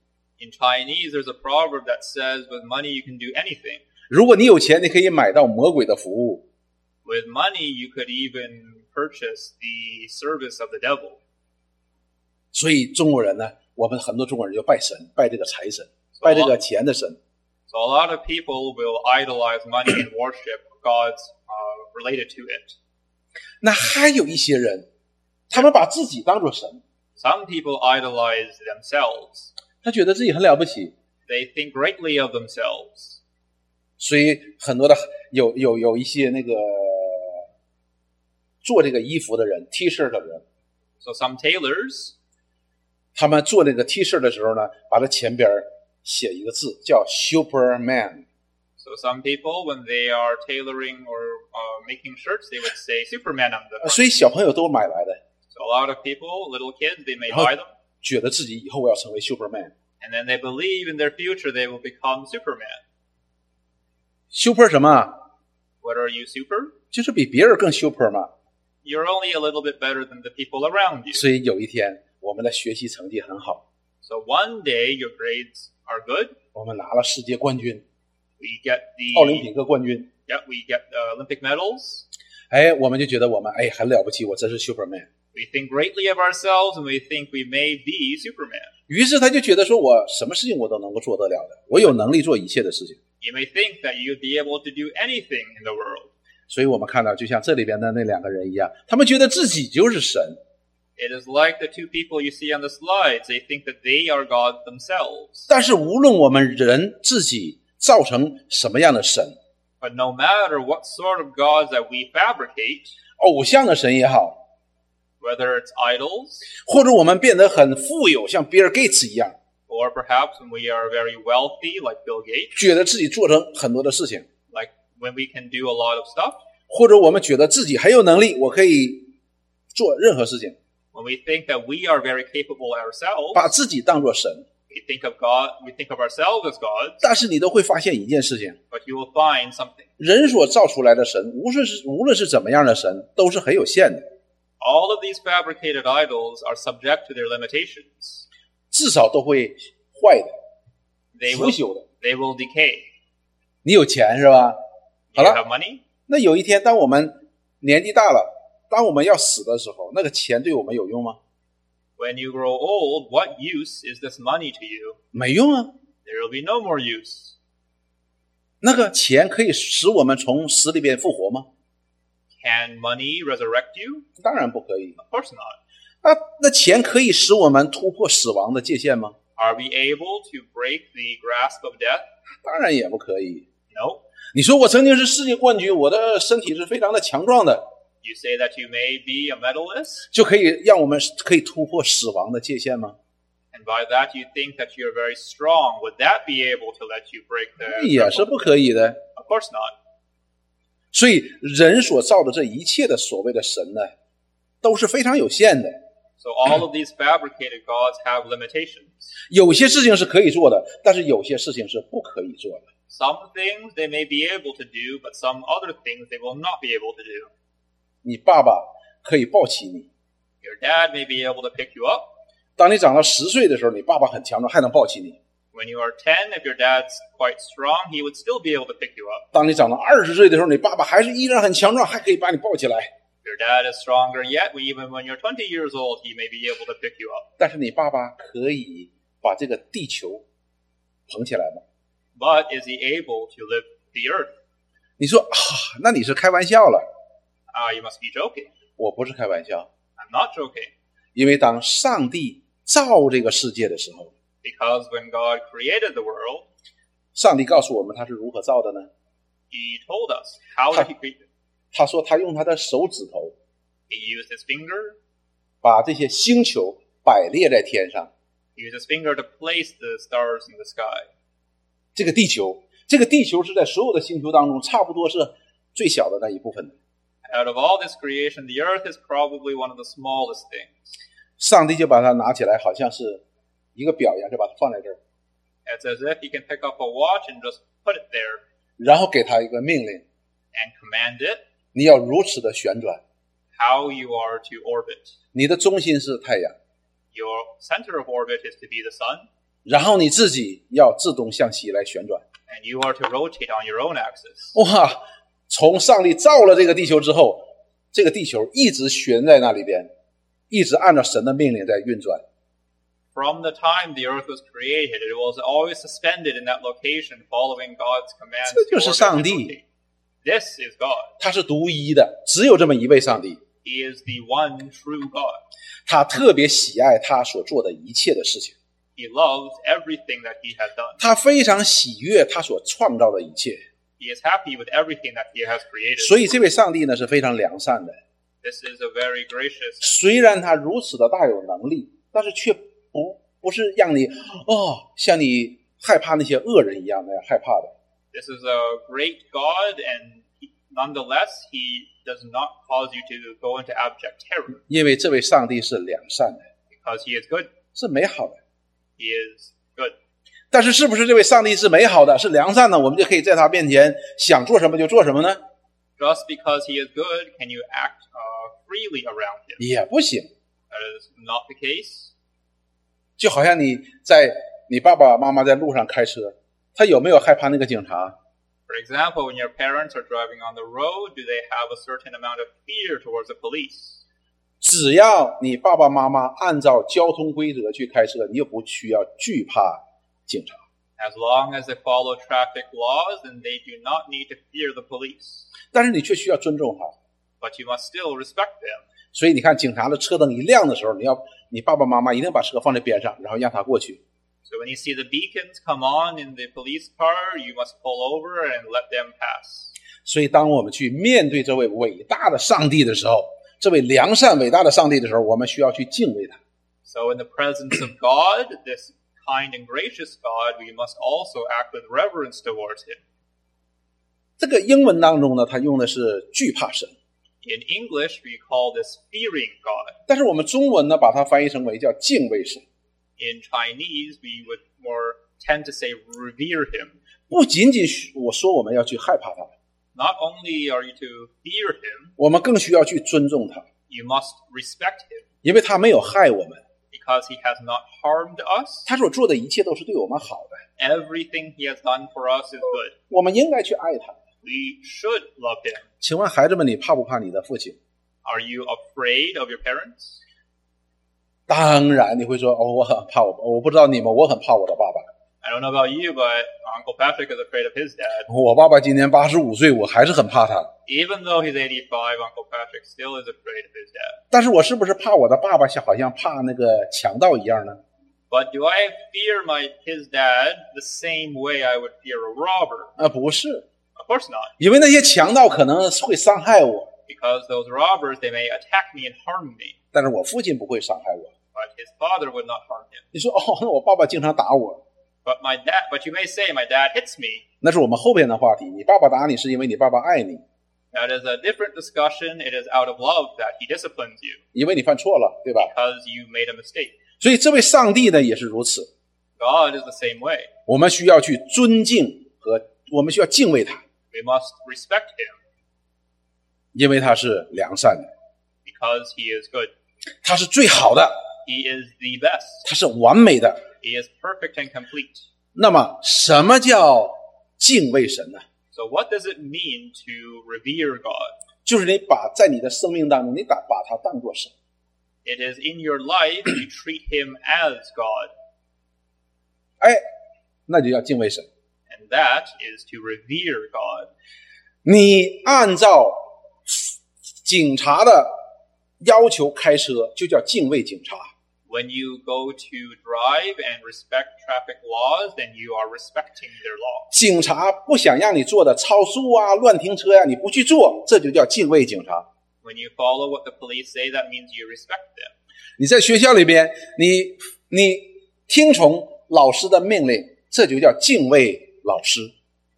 B: In Chinese, there's a proverb that says, with money you can do anything.
A: 如果你有钱，你可以买到魔鬼的服务。
B: With money, you could even purchase the service of the devil.
A: 所以中国人呢，我们很多中国人就拜神，拜这个财神，拜这个钱的神。
B: So a lot of people will idolize money and worship gods uh, related to it.
A: 那还有一些人，他们把自己当做神，
B: Some people idolize themselves.
A: 他觉得自己很了不起，
B: They think greatly of themselves.
A: 所以很多的有有有一些那个做这个衣服的人，T 恤的人，
B: So some tailors,
A: 他们做那个 T 恤的时候呢，把它前边儿写一个字叫 Superman，
B: so some people, when they are tailoring or uh, making shirts, they would say Superman on the
A: 呃
B: front.
A: 所以小朋友都买来的，
B: So a lot of people, little kids, they may
A: Oh.
B: buy them,
A: 觉得自己以后我要成为 Superman。
B: and then they believe in their future they will become Superman.
A: Super 什么啊？
B: What are you, super?
A: 就是比别人更 super 嘛。
B: You're only a little bit better than the people around you.
A: 所以有一天我们的学习成绩很好，
B: So one day your grades are good.
A: 我们拿了世界冠军，
B: We get the
A: 奥林匹克冠军。
B: yeah, we get the Olympic medals.
A: 哎，我们就觉得我们哎很了不起，我真是 Superman。
B: We think greatly of ourselves, and we think we may be Superman.
A: 于是他就觉得说我什么事情我都能够做得了的，我有能力做一切的事情。
B: You may think that you'd be able to do anything in the world.
A: 所以我们看到，就像这里边的那两个人一样，他们觉得自己就是神，
B: It is like the two people you see on the slides. They think that they are gods themselves.
A: 但是无论我们人自己造成什么样的神，
B: But no matter what sort of gods that we fabricate,
A: 偶像的神也好，
B: whether it's idols,
A: 或者我们变得很富有，像比尔盖茨一样，
B: or perhaps when we are very wealthy, like Bill Gates,
A: 觉得自己做成很多的事情，
B: like when we can do a lot of stuff,
A: 或者我们觉得自己很有能力，我可以做任何事情，
B: when we think that we are very capable ourselves,
A: 把自己当作神。
B: we think of God, we think of ourselves as gods,
A: 但是你都会发现一件事情：
B: but you will find something.
A: 人所造出来的神，无论是无论是怎么样的神，都是很有限的，
B: All of these fabricated idols are subject to their limitations.
A: 至少都会坏的、
B: They
A: 腐
B: will,
A: 朽的。
B: they will decay.
A: 你有钱是吧？好
B: You
A: 了。
B: have money.
A: 那有一天，当我们年纪大了，当我们要死的时候，那个钱对我们有用吗？
B: When you grow old, what use is this money to you?
A: 没用啊。
B: There will be no more use.
A: 那个钱可以使我们从死里边复活吗？
B: Can money resurrect you?
A: 当然不可以。
B: Of course not.
A: 那那钱可以使我们突破死亡的界限吗？
B: Are we able to break the grasp of death?
A: 当然也不可以。
B: No.
A: 你说我曾经是世界冠军，我的身体是非常的强壮的，
B: You say that you may be a medalist,
A: 就可以让我们可以突破死亡的界限吗？
B: and by that you think that you're very strong. Would that be able to let you break
A: 那
B: the?
A: 也是不可以的。
B: Of course not.
A: 所以人所造的这一切的所谓的神呢，都是非常有限的。
B: So all of these fabricated gods have limitations.
A: 有些事情是可以做的，但是有些事情是不可以做的。
B: Some things they may be able to do, but some other things they will not be able to do.
A: 你爸爸可以抱起你，
B: Your dad may be able to pick you up.
A: 当你长到十岁的时候，你爸爸很强壮，还能抱起你；
B: When you are 10, if your dad's quite strong, he would still be able to pick you up.
A: 当你长到二十岁的时候，你爸爸还是依然很强壮，还可以把你抱起来。
B: If Your dad is stronger yet. when- Even when you're 20 years old, he may be able to pick you up.
A: 但是你爸爸可以把这个地球捧起来吗？
B: But is he able to lift the earth?
A: 你说啊，那你是开玩笑了？
B: Ah, you must be joking.
A: 我不是开玩笑，
B: I'm not joking.
A: 因为当上帝造这个世界的时候，
B: Because when God created the world,
A: 上帝告诉我们他是如何造的呢？
B: he told us how did he create it.
A: 他说他用他的手指头
B: He used his finger.
A: 把这些星球摆列在天上。
B: He used his finger to place the stars in the sky.
A: 这个地球，这个地球是在所有的星球当中，差不多是最小的那一部分。
B: Out of all this creation, the earth is probably one of the smallest things.
A: 上帝就把它拿起来，好像是一个表一样，就把它放在这儿，
B: It's as if he can pick up a watch and just put it there
A: 然后给他一个命令：
B: and command it
A: 你要如此的旋转，
B: how you are to orbit.
A: 你的中心是太阳，
B: Your center of orbit is to be the sun,
A: 然后你自己要自动向西来旋转。
B: and you are to rotate on your own axis.
A: 哇！从上帝造了这个地球之后，这个地球一直悬在那里边，一直按照神的命令在运转。
B: From the time the earth was created, it was always suspended in that location, following God's commands. to
A: 这就是上帝。
B: orbit and rotate. This is God.
A: 他是独一的，只有这么一位上帝。
B: He is the one true God.
A: 他特别喜爱他所做的一切的事情，
B: He loves everything that He has done.
A: 他非常喜悦他所创造的一切。
B: He is happy with everything that He has created.
A: 所以这位上帝呢是非常良善的，
B: This is a very gracious.
A: 虽然他如此的大有能力，但是却不不是让你哦像你害怕那些恶人一样那样害怕的。
B: This is a great God, and he, nonetheless, He does not cause you to go into abject terror
A: 因为这位上帝是良善的，
B: because He is good.
A: 是美好的。
B: He is good.
A: 但是，是不是这位上帝是美好的、是良善的，我们就可以在他面前想做什么就做什么呢？
B: Just because He is good, can you act uh, freely around Him?
A: 也不行。
B: That is not the case.
A: 就好像你在你爸爸妈妈在路上开车，他有没有害怕那个警察？
B: For example, when your parents are driving on the road, do they have a certain amount of fear towards the police?
A: 只要你爸爸妈妈按照交通规则去开车，你就不需要惧怕警察。
B: As long as they follow traffic laws, then they do not need to fear the police.
A: 但是你却需要尊重他。
B: But you must still respect them.
A: 所以你看，警察的车灯一亮的时候，你要你爸爸妈妈一定把车放在边上，然后让他过去。
B: So when you see the beacons come on in the police car, you must pull over and let them pass.
A: 所以，当我们去面对这位伟大的上帝的时候，这位良善伟大的上帝的时候，我们需要去敬畏他。
B: So in the presence of God, this kind and gracious God, we must also act with reverence towards him.
A: 这个英文当中呢，他用的是惧怕神，
B: In English, we call this fearing God.
A: 但是我们中文呢，把它翻译成为叫敬畏神。
B: In Chinese, we would more tend to say revere him.
A: 不仅仅需我说我们要去害怕他，
B: Not only are you to fear him,
A: 我们更需要去尊重他，
B: you must respect him.
A: 因为他没有害我们，
B: because he has not harmed us.
A: 他所做的一切都是对我们好的，
B: Everything he has done for us is good.
A: 我们应该去爱他。
B: We should love him.
A: 请问孩子们，你怕不怕你的父亲？
B: Are you afraid of your parents?
A: 当然，你会说哦，我很怕我，我不知道你们，我很怕我的爸爸。
B: I don't know about you, but Uncle Patrick is afraid of his dad.
A: 我爸爸今年八十五岁，我还是很怕他。
B: Even though he's 85, Uncle Patrick still is afraid of his dad.
A: 但是我是不是怕我的爸爸像好像怕那个强盗一样呢？
B: But do I fear my his dad the same way I would fear a robber?
A: 啊，不是，
B: Of course not,
A: 因为那些强盗可能会伤害我，
B: because those robbers they may attack me and harm me,
A: 但是我父亲不会伤害我。
B: but his father would not harm him.
A: 你说哦，那我爸爸经常打我，
B: But my dad, but you may say my dad hits me,
A: 那是我们后边的话题。你爸爸打你是因为你爸爸爱你，
B: That is a different discussion. It is out of love that he disciplines you
A: 因为你犯错了，对吧？
B: because you made a mistake.
A: 所以这位上帝呢也是如此，
B: God is the same way.
A: 我们需要去尊敬和我们需要敬畏他，
B: We must respect him
A: 因为他是良善的，
B: because he is good.
A: 他是最好的，
B: He is the best.
A: 他是完美的。
B: He is perfect and complete.
A: 那么什么叫敬畏神呢？
B: So what does it mean to revere God?
A: 就是你把在你的生命当中，你把把他当作神。
B: It is in your life you treat him as God,
A: 哎，那就叫敬畏神。
B: and that is to revere God.
A: 你按照警察的要求开车，就叫敬畏警察。
B: When you go to drive and respect traffic laws, then you are respecting their law.
A: 警察不想让你做的超速啊、乱停车呀、你不去做，这就叫敬畏警察。
B: When you follow what the police say, that means you respect them.
A: 你在学校里边，你你听从老师的命令，这就叫敬畏老师。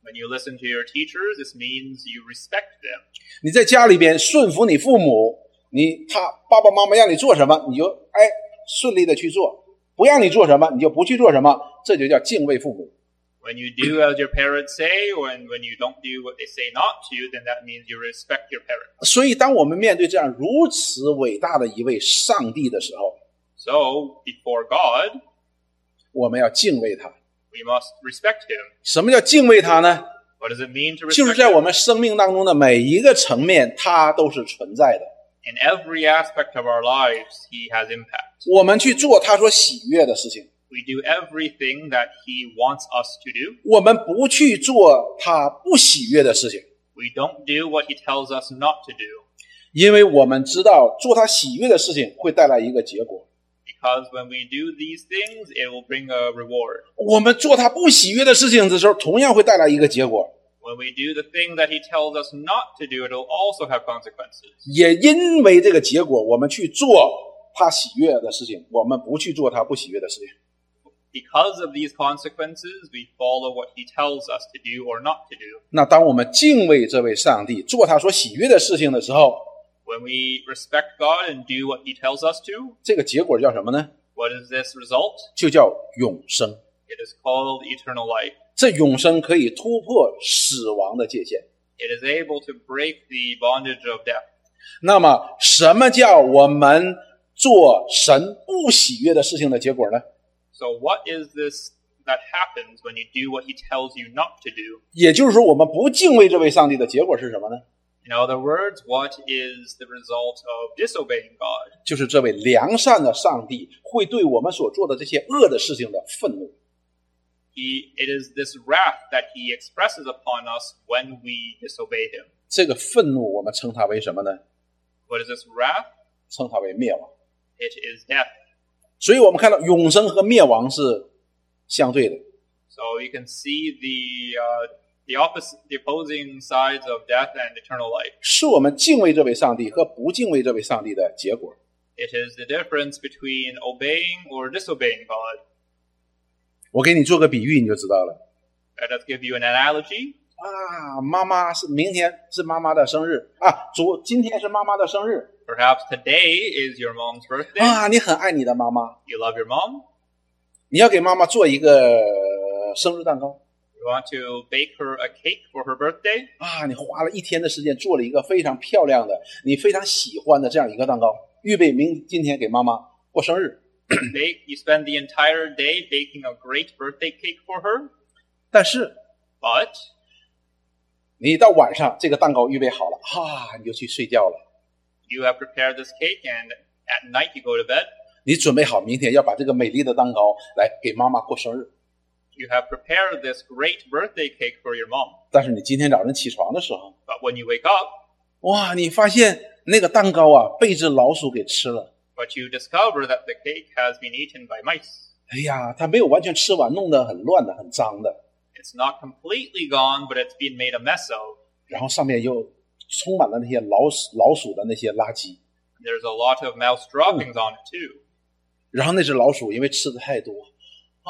B: When you listen to your teachers, this means you respect them.
A: 你在家里边顺服你父母，你他爸爸妈妈让你做什么，你就哎顺利的去做；不让你做什么，你就不去做什么，这就叫敬畏父母。
B: When you do as your parents say, when when you don't do what they say not to, then that means you respect your parents.
A: 所以，当我们面对这样如此伟大的一位上帝的时候，
B: So before God,
A: 我们要敬畏他。
B: we must respect Him.
A: 什么叫敬畏他呢？
B: What does it mean to
A: 就是
B: respect
A: 在
B: Him?
A: 我们生命当中的每一个层面，它都是存在的。
B: In every aspect of our lives, He has impact.
A: 我们去做他所喜悦的事情，
B: We do everything that He wants us to do.
A: 我们不去做他不喜悦的事情，
B: We don't do what He tells us not to do,
A: 因为我们知道做他喜悦的事情会带来一个结果。
B: because when we do these things, it will bring a reward.
A: 我们做他不喜悦的事情的时候，同样会带来一个结果。
B: When we do the thing that He tells us not to do, it'll also have consequences.
A: 也因为这个结果，我们去做他喜悦的事情，我们不去做他不喜悦的事情。
B: Because of these consequences, we follow what He tells us to do or not to do.
A: 那当我们敬畏这位上帝，做他所喜悦的事情的时候，
B: When we respect God and do what He tells us to,
A: 这个结果叫什么呢？
B: what is this result?
A: 就叫永生。
B: It is called eternal life.
A: 这永生可以突破死亡的界限。
B: It is able to break the bondage of death.
A: 那么，什么叫我们做神不喜悦的事情的结果呢？
B: So, what is this that happens when you do what He tells you not to do?
A: 也就是说，我们不敬畏这位上帝的结果是什么呢？
B: In other words, what is the result of disobeying God?
A: 就是这位良善的上帝会对我们所做的这些恶的事情的愤怒。
B: He, it is this wrath that He expresses upon us when we disobey Him.
A: 这个愤怒，我们称它为什么呢？
B: What is this wrath?
A: 称它为灭亡。
B: It is death.
A: 所以，我们看到永生和灭亡是相对的。
B: So you can see the uh, the opposite, the opposing sides of death and eternal life.
A: 是我们敬畏这位上帝和不敬畏这位上帝的结果。
B: It is the difference between obeying or disobeying God.
A: 我给你做个比喻，你就知道了。
B: Let us give you an analogy.
A: 啊，妈妈是明天是妈妈的生日啊，昨今天是妈妈的生日
B: Perhaps today is your mom's birthday.
A: 啊，你很爱你的妈妈，
B: You love your mom.
A: 你要给妈妈做一个呃生日蛋糕
B: You want to bake her a cake for her birthday.
A: 啊，你花了一天的时间做了一个非常漂亮的、你非常喜欢的这样一个蛋糕，预备明今天给妈妈过生日。
B: You bake. You spend the entire day baking a great birthday cake for her.
A: 但是
B: But
A: 你到晚上这个蛋糕预备好了，哈、你就去睡觉了。
B: you have prepared this cake, and at night you go to bed.
A: 你准备好明天要把这个美丽的蛋糕来给妈妈过生日，
B: You have prepared this great birthday cake for your mom.
A: 但是你今天早晨起床的时候，
B: But when you wake up,
A: 哇，你发现那个蛋糕啊被一只老鼠给吃了。
B: but you discover that the cake has been eaten by mice.
A: 哎呀，它没有完全吃完，弄得很乱的、很脏的，
B: It's not completely gone, but it's been made a mess of.
A: 然后上面又充满了那些老鼠、老鼠的那些垃圾。
B: There's a lot of mouse droppings on it too.
A: 然后那只老鼠因为吃的太多，啊，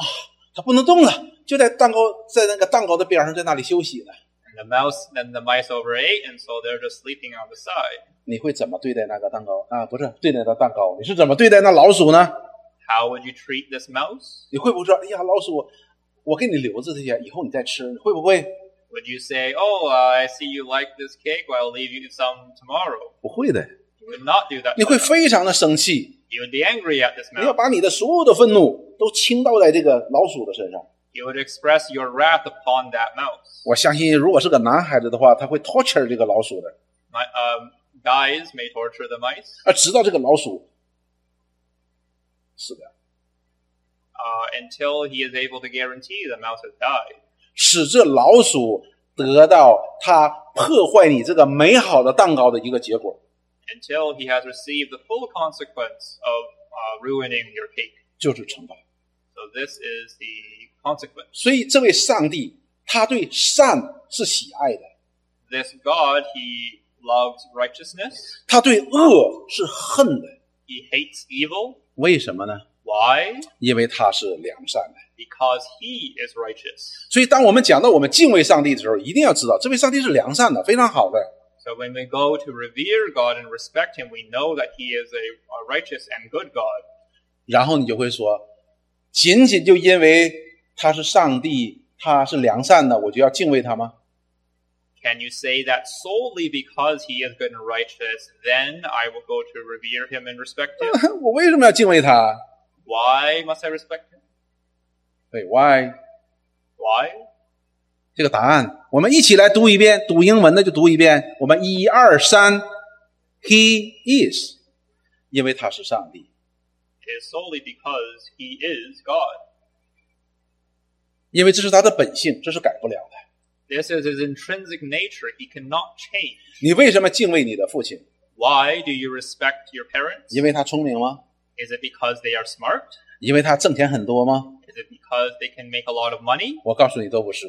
A: 它不能动了，就在蛋糕在那个蛋糕的边上，在那里休息呢。
B: And the mouse and the mice overate, and so they're just sleeping on the side.
A: 你会怎么对待那个蛋糕啊？不是对待那蛋糕，你是怎么对待那老鼠呢？
B: How would you treat this mouse?
A: 你会不会说，哎呀，老鼠，我给你留着这些，以后你再吃？你会不会？
B: Would you say, "Oh, uh, I see you like this cake. Well, I'll leave you some tomorrow"?
A: 不会的，
B: You would not do that.
A: 你
B: to
A: 会
B: the mouse.
A: 非常的生气，
B: You would be angry at this
A: 你要
B: mouse.
A: 把你的所有的愤怒都倾倒在这个老鼠的身上。
B: You would express your wrath upon that mouse.
A: 我相信，如果是个男孩子的话，他会 torture 这个老鼠的，
B: My, um, guys may torture the mice
A: 啊，直到这个老鼠死掉，
B: uh, until he is able to guarantee the mouse has died.
A: 使这老鼠得到它破坏你这个美好的蛋糕的一个结果，
B: until he has received the full consequence of uh, ruining your cake.
A: 就是惩罚。
B: So this is the consequence.
A: 所以，这位上帝他对善是喜爱的，
B: This God, he loves righteousness.
A: 他对恶是恨的。
B: He hates evil.
A: 为什么呢？
B: Why?
A: 因为他是良善的。
B: because he is righteous.
A: 所以，当我们讲到我们敬畏上帝的时候，一定要知道这位上帝是良善的，非常好的。
B: So when we go to revere God and respect him, we know that he is a, a righteous and good God.
A: 然后你就会说，仅仅就因为他是上帝，他是良善的，我就要敬畏他吗？
B: Can you say that solely because he is good and righteous, then I will go to revere him and respect him?
A: 我为什么要敬畏他？
B: Why must I respect him?
A: 对，why？
B: Why?
A: 这个答案，我们一起来读一遍，读英文的就读一遍。我们一二三，He is，因为他是上帝，
B: It is solely because he is God.
A: 因为这是他的本性，这是改不了的。
B: This is his intrinsic nature. He cannot change.
A: 你为什么敬畏你的父亲？
B: Why do you respect your parents?
A: 因为他聪明吗？
B: Is it because they are smart?
A: 因为他挣钱很多吗？
B: Is it because they can make a lot of money?
A: 我告诉你，都不是。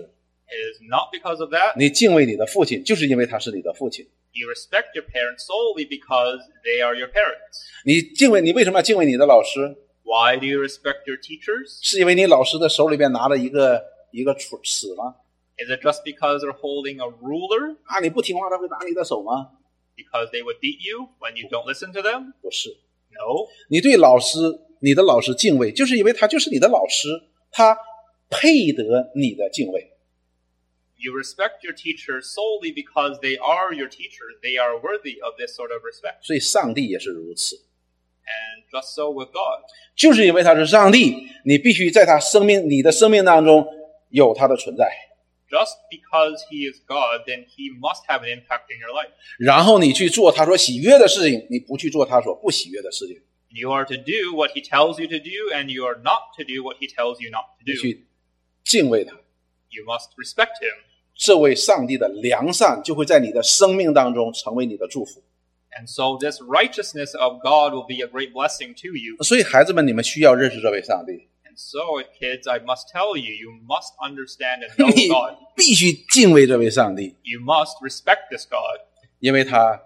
B: It is not because of that.
A: 你敬畏你的父亲，就是因为他是你的父亲。
B: You respect your parents solely because they are your parents.
A: 你敬畏你为什么要敬畏你的老师？
B: Why do you respect your teachers?
A: 是因为你老师的手里边拿着一个一个杵尺吗？
B: Is it just because they're holding a ruler?
A: 啊，你不听话他会打你的手吗？
B: Because they would beat you when you don't listen to them?
A: 不是。
B: No.
A: 你对老师、你的老师敬畏，就是因为他就是你的老师，他配得你的敬畏。
B: You respect your teachers solely because they are your teachers. They are worthy of this sort of respect.
A: 所以上帝也是如此，
B: And just so with God.
A: 就是因为他是上帝，你必须在他生命、你的生命当中有他的存在，
B: Just because he is God, then he must have an impact in your life.
A: 然后你去做他所喜悦的事情，你不去做他所不喜悦的事情，
B: You are to do what he tells you to do, and you are not to do what he tells you not to
A: 你
B: do.
A: 去敬畏他。
B: You must respect him,
A: 这位上帝的良善就会在你的生命当中成为你的祝福。
B: and so this righteousness of God will be a great blessing to you.
A: 所以，孩子们，你们需要认识这位上帝，
B: And so, kids, I must tell you, you must understand and know
A: 你
B: God.
A: 必须敬畏这位上帝。
B: You must respect this God,
A: 因为它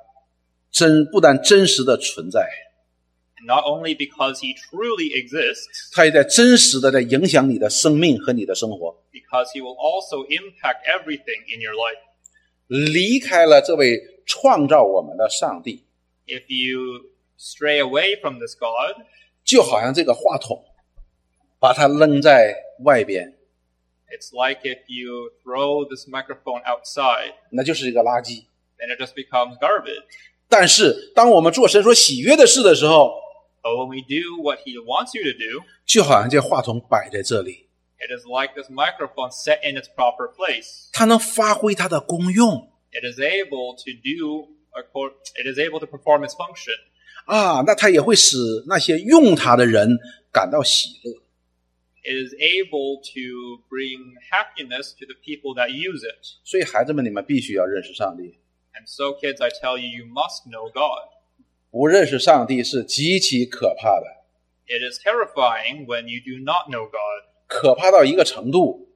A: 真不但真实的存在，
B: and not only because he truly exists,
A: 它也在真实的在影响你的生命和你的生活。
B: because he will also impact everything in your life.
A: 离开了这位创造我们的上帝，
B: If you stray away from this God,
A: 就好像这个话筒，把它扔在外边，
B: It's like if you throw this microphone outside,
A: 那就是一个垃圾。
B: then it just becomes garbage.
A: 但是，当我们做神所喜悦的事的时候，
B: But when we do what he wants you to do,
A: 就好像这话筒摆在这里，
B: it is like this microphone set in its proper place.
A: 它能发挥它的功用
B: It is able to do accor- it is able to perform its function.
A: 啊，那它也会使那些用它的人感到喜乐。
B: It is able to bring happiness to the people that use it.
A: 所以，孩子们，你们必须要认识上帝。
B: And so kids, I tell you you must know God.
A: 不认识上帝是极其可怕的，
B: It is terrifying when you do not know God
A: 可怕到一个程度，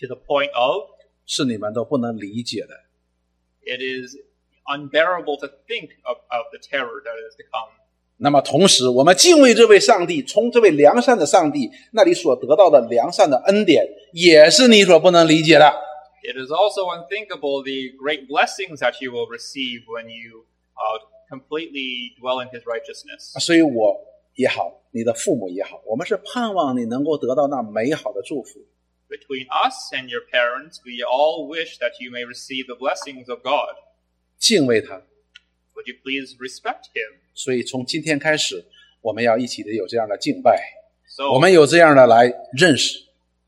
B: to the point of
A: 是你们都不能理解的。
B: it is unbearable to think of, of the terror that is to come.
A: 那么，同时，我们敬畏这位上帝，从这位良善的上帝那里所得到的良善的恩典，也是你所不能理解的。
B: It is also unthinkable the great blessings that you will receive when you uh, completely dwell in His righteousness.
A: 所以，我也好，你的父母也好，我们是盼望你能够得到那美好的祝福。
B: Between us and your parents, we all wish that you may receive the blessings of God.
A: 敬畏他。
B: Would you please respect Him?
A: 所以，从今天开始，我们要一起的有这样的敬拜，我
B: So,
A: 们有这样的来认识。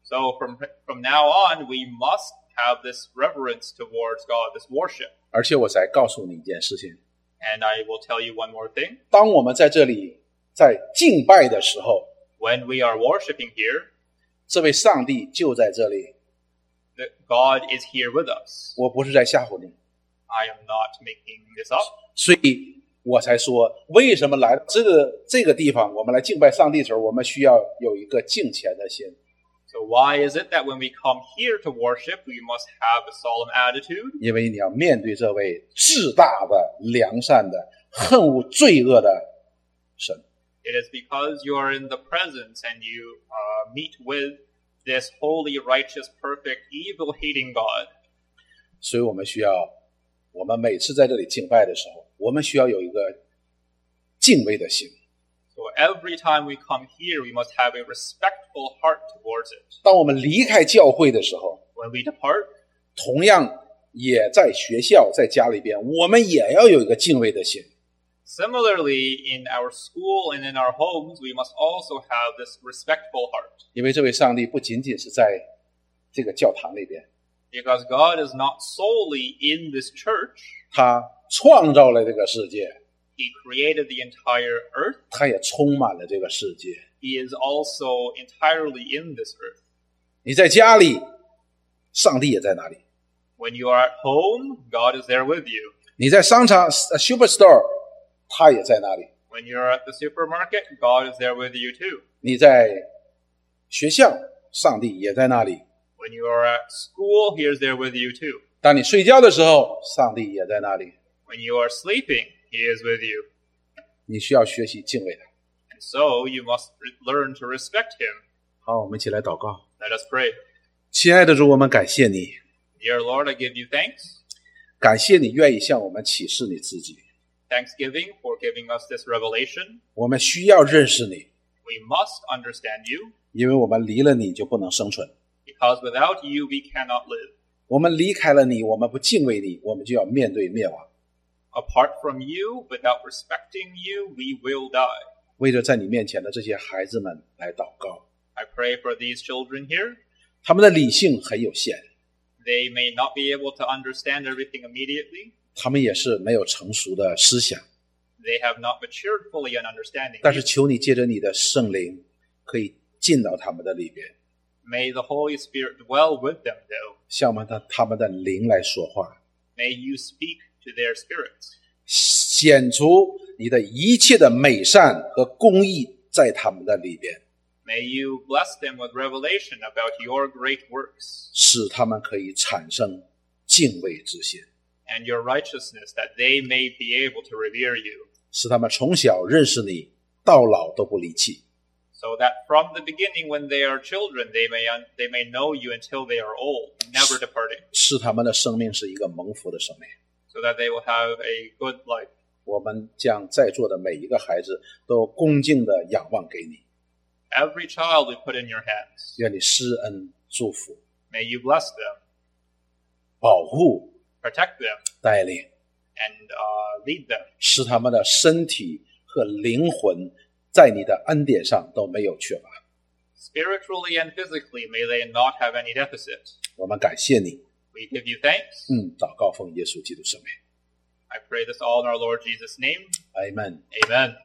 B: so from from now on, we must have this reverence towards God, this worship.
A: 而且，我再告诉你一件事情。
B: And I will tell you one more thing:
A: 当我们在这里在敬拜的时候，
B: when we are worshiping here,
A: 这位上帝就在这里。
B: that God is here with us.
A: 我不是在吓唬你，
B: I am not making this up.
A: 所以我才说，为什么来这个这个地方，我们来敬拜上帝的时候，我们需要有一个敬虔的心，
B: So why is it that when we come here to worship, we must have a solemn attitude?
A: 因为你要面对这位至大的、良善的、恨恶罪恶的神。
B: It is because you are in the presence and you uh, meet with this holy, righteous, perfect, evil hating God.
A: 所以我们需要，我们每次在这里敬拜的时候，我们需要有一个敬畏的心。
B: So every time we come here, we must have a respectful heart towards it.
A: 当我们离开教会的时候，
B: When we depart,
A: 同样也在学校、在家里边，我们也要有一个敬畏的心。
B: similarly, in our school and in our homes, we must also have this respectful heart.
A: 因为这位上帝不仅仅是在这个教堂里边，
B: Because God is not solely in this church,
A: 他创造了这个世界，
B: He created the entire earth.
A: 他也充满了这个世界。
B: He is also entirely in this earth.
A: 你在家里，上帝也在那里；
B: When you are at home, God is there with you.
A: 你在商场呃 （superstore），他也在那里；
B: When you're at the supermarket, God is there with you too.
A: 你在学校，上帝也在那里；
B: When you are at school, He is there with you too.
A: 当你睡觉的时候，上帝也在那里。
B: When you are sleeping, He is with you.
A: 你需要学习敬畏他。
B: And so you must re- learn to respect Him.
A: 好，我们一起来祷告。
B: Let us pray.
A: 亲爱的主，我们感谢你，
B: Dear Lord, I give you thanks.
A: 感谢你愿意向我们启示你自己。
B: Thanksgiving for giving us this revelation.
A: 我们需要认识你，
B: We must understand you,
A: 因为我们离了你就不能生存。
B: because without you we cannot live.
A: 我们离开了你，我们不敬畏你，我们就要面对灭亡。
B: Apart from you, without respecting you, we will die.
A: 为着在你面前的这些孩子们来祷告，
B: I pray for these children here.
A: 他们的理性很有限，
B: They may not be able to understand everything immediately.
A: 他们也是没有成熟的思想。
B: They have not matured fully in understanding.
A: 但是求你借着你的圣灵，可以进到他们的里边，
B: May the Holy Spirit dwell with them, though.
A: 向我们的他们的灵来说话，
B: May you speak to their spirits.
A: 显出你的一切的美善和公义在他们的里边，
B: May you bless them with revelation about your great works
A: 使他们可以产生敬畏之心，
B: and your righteousness, that they may be able to revere you,
A: 使他们从小认识你，到老都不离弃。
B: so that from the beginning, when they are children, they may un- they may know you until they are old, never departing.
A: 使他们的生命是一个蒙福的生命。
B: so that they will have a good life.
A: 我们将在座的每一个孩子都恭敬的仰望给你，
B: Every child we put in your hands,
A: 愿你施恩祝福、
B: may you bless them,
A: 保护、
B: protect them,
A: 带领，
B: and uh, lead them,
A: 使他们的身体和灵魂在你的恩典上都没有缺乏。
B: spiritually and physically. May they not have any deficit.
A: 我们感谢你，
B: We give you thanks.
A: 嗯，祷告奉耶稣基督圣名
B: I pray this all in our Lord Jesus' name.
A: ，Amen。
B: Amen.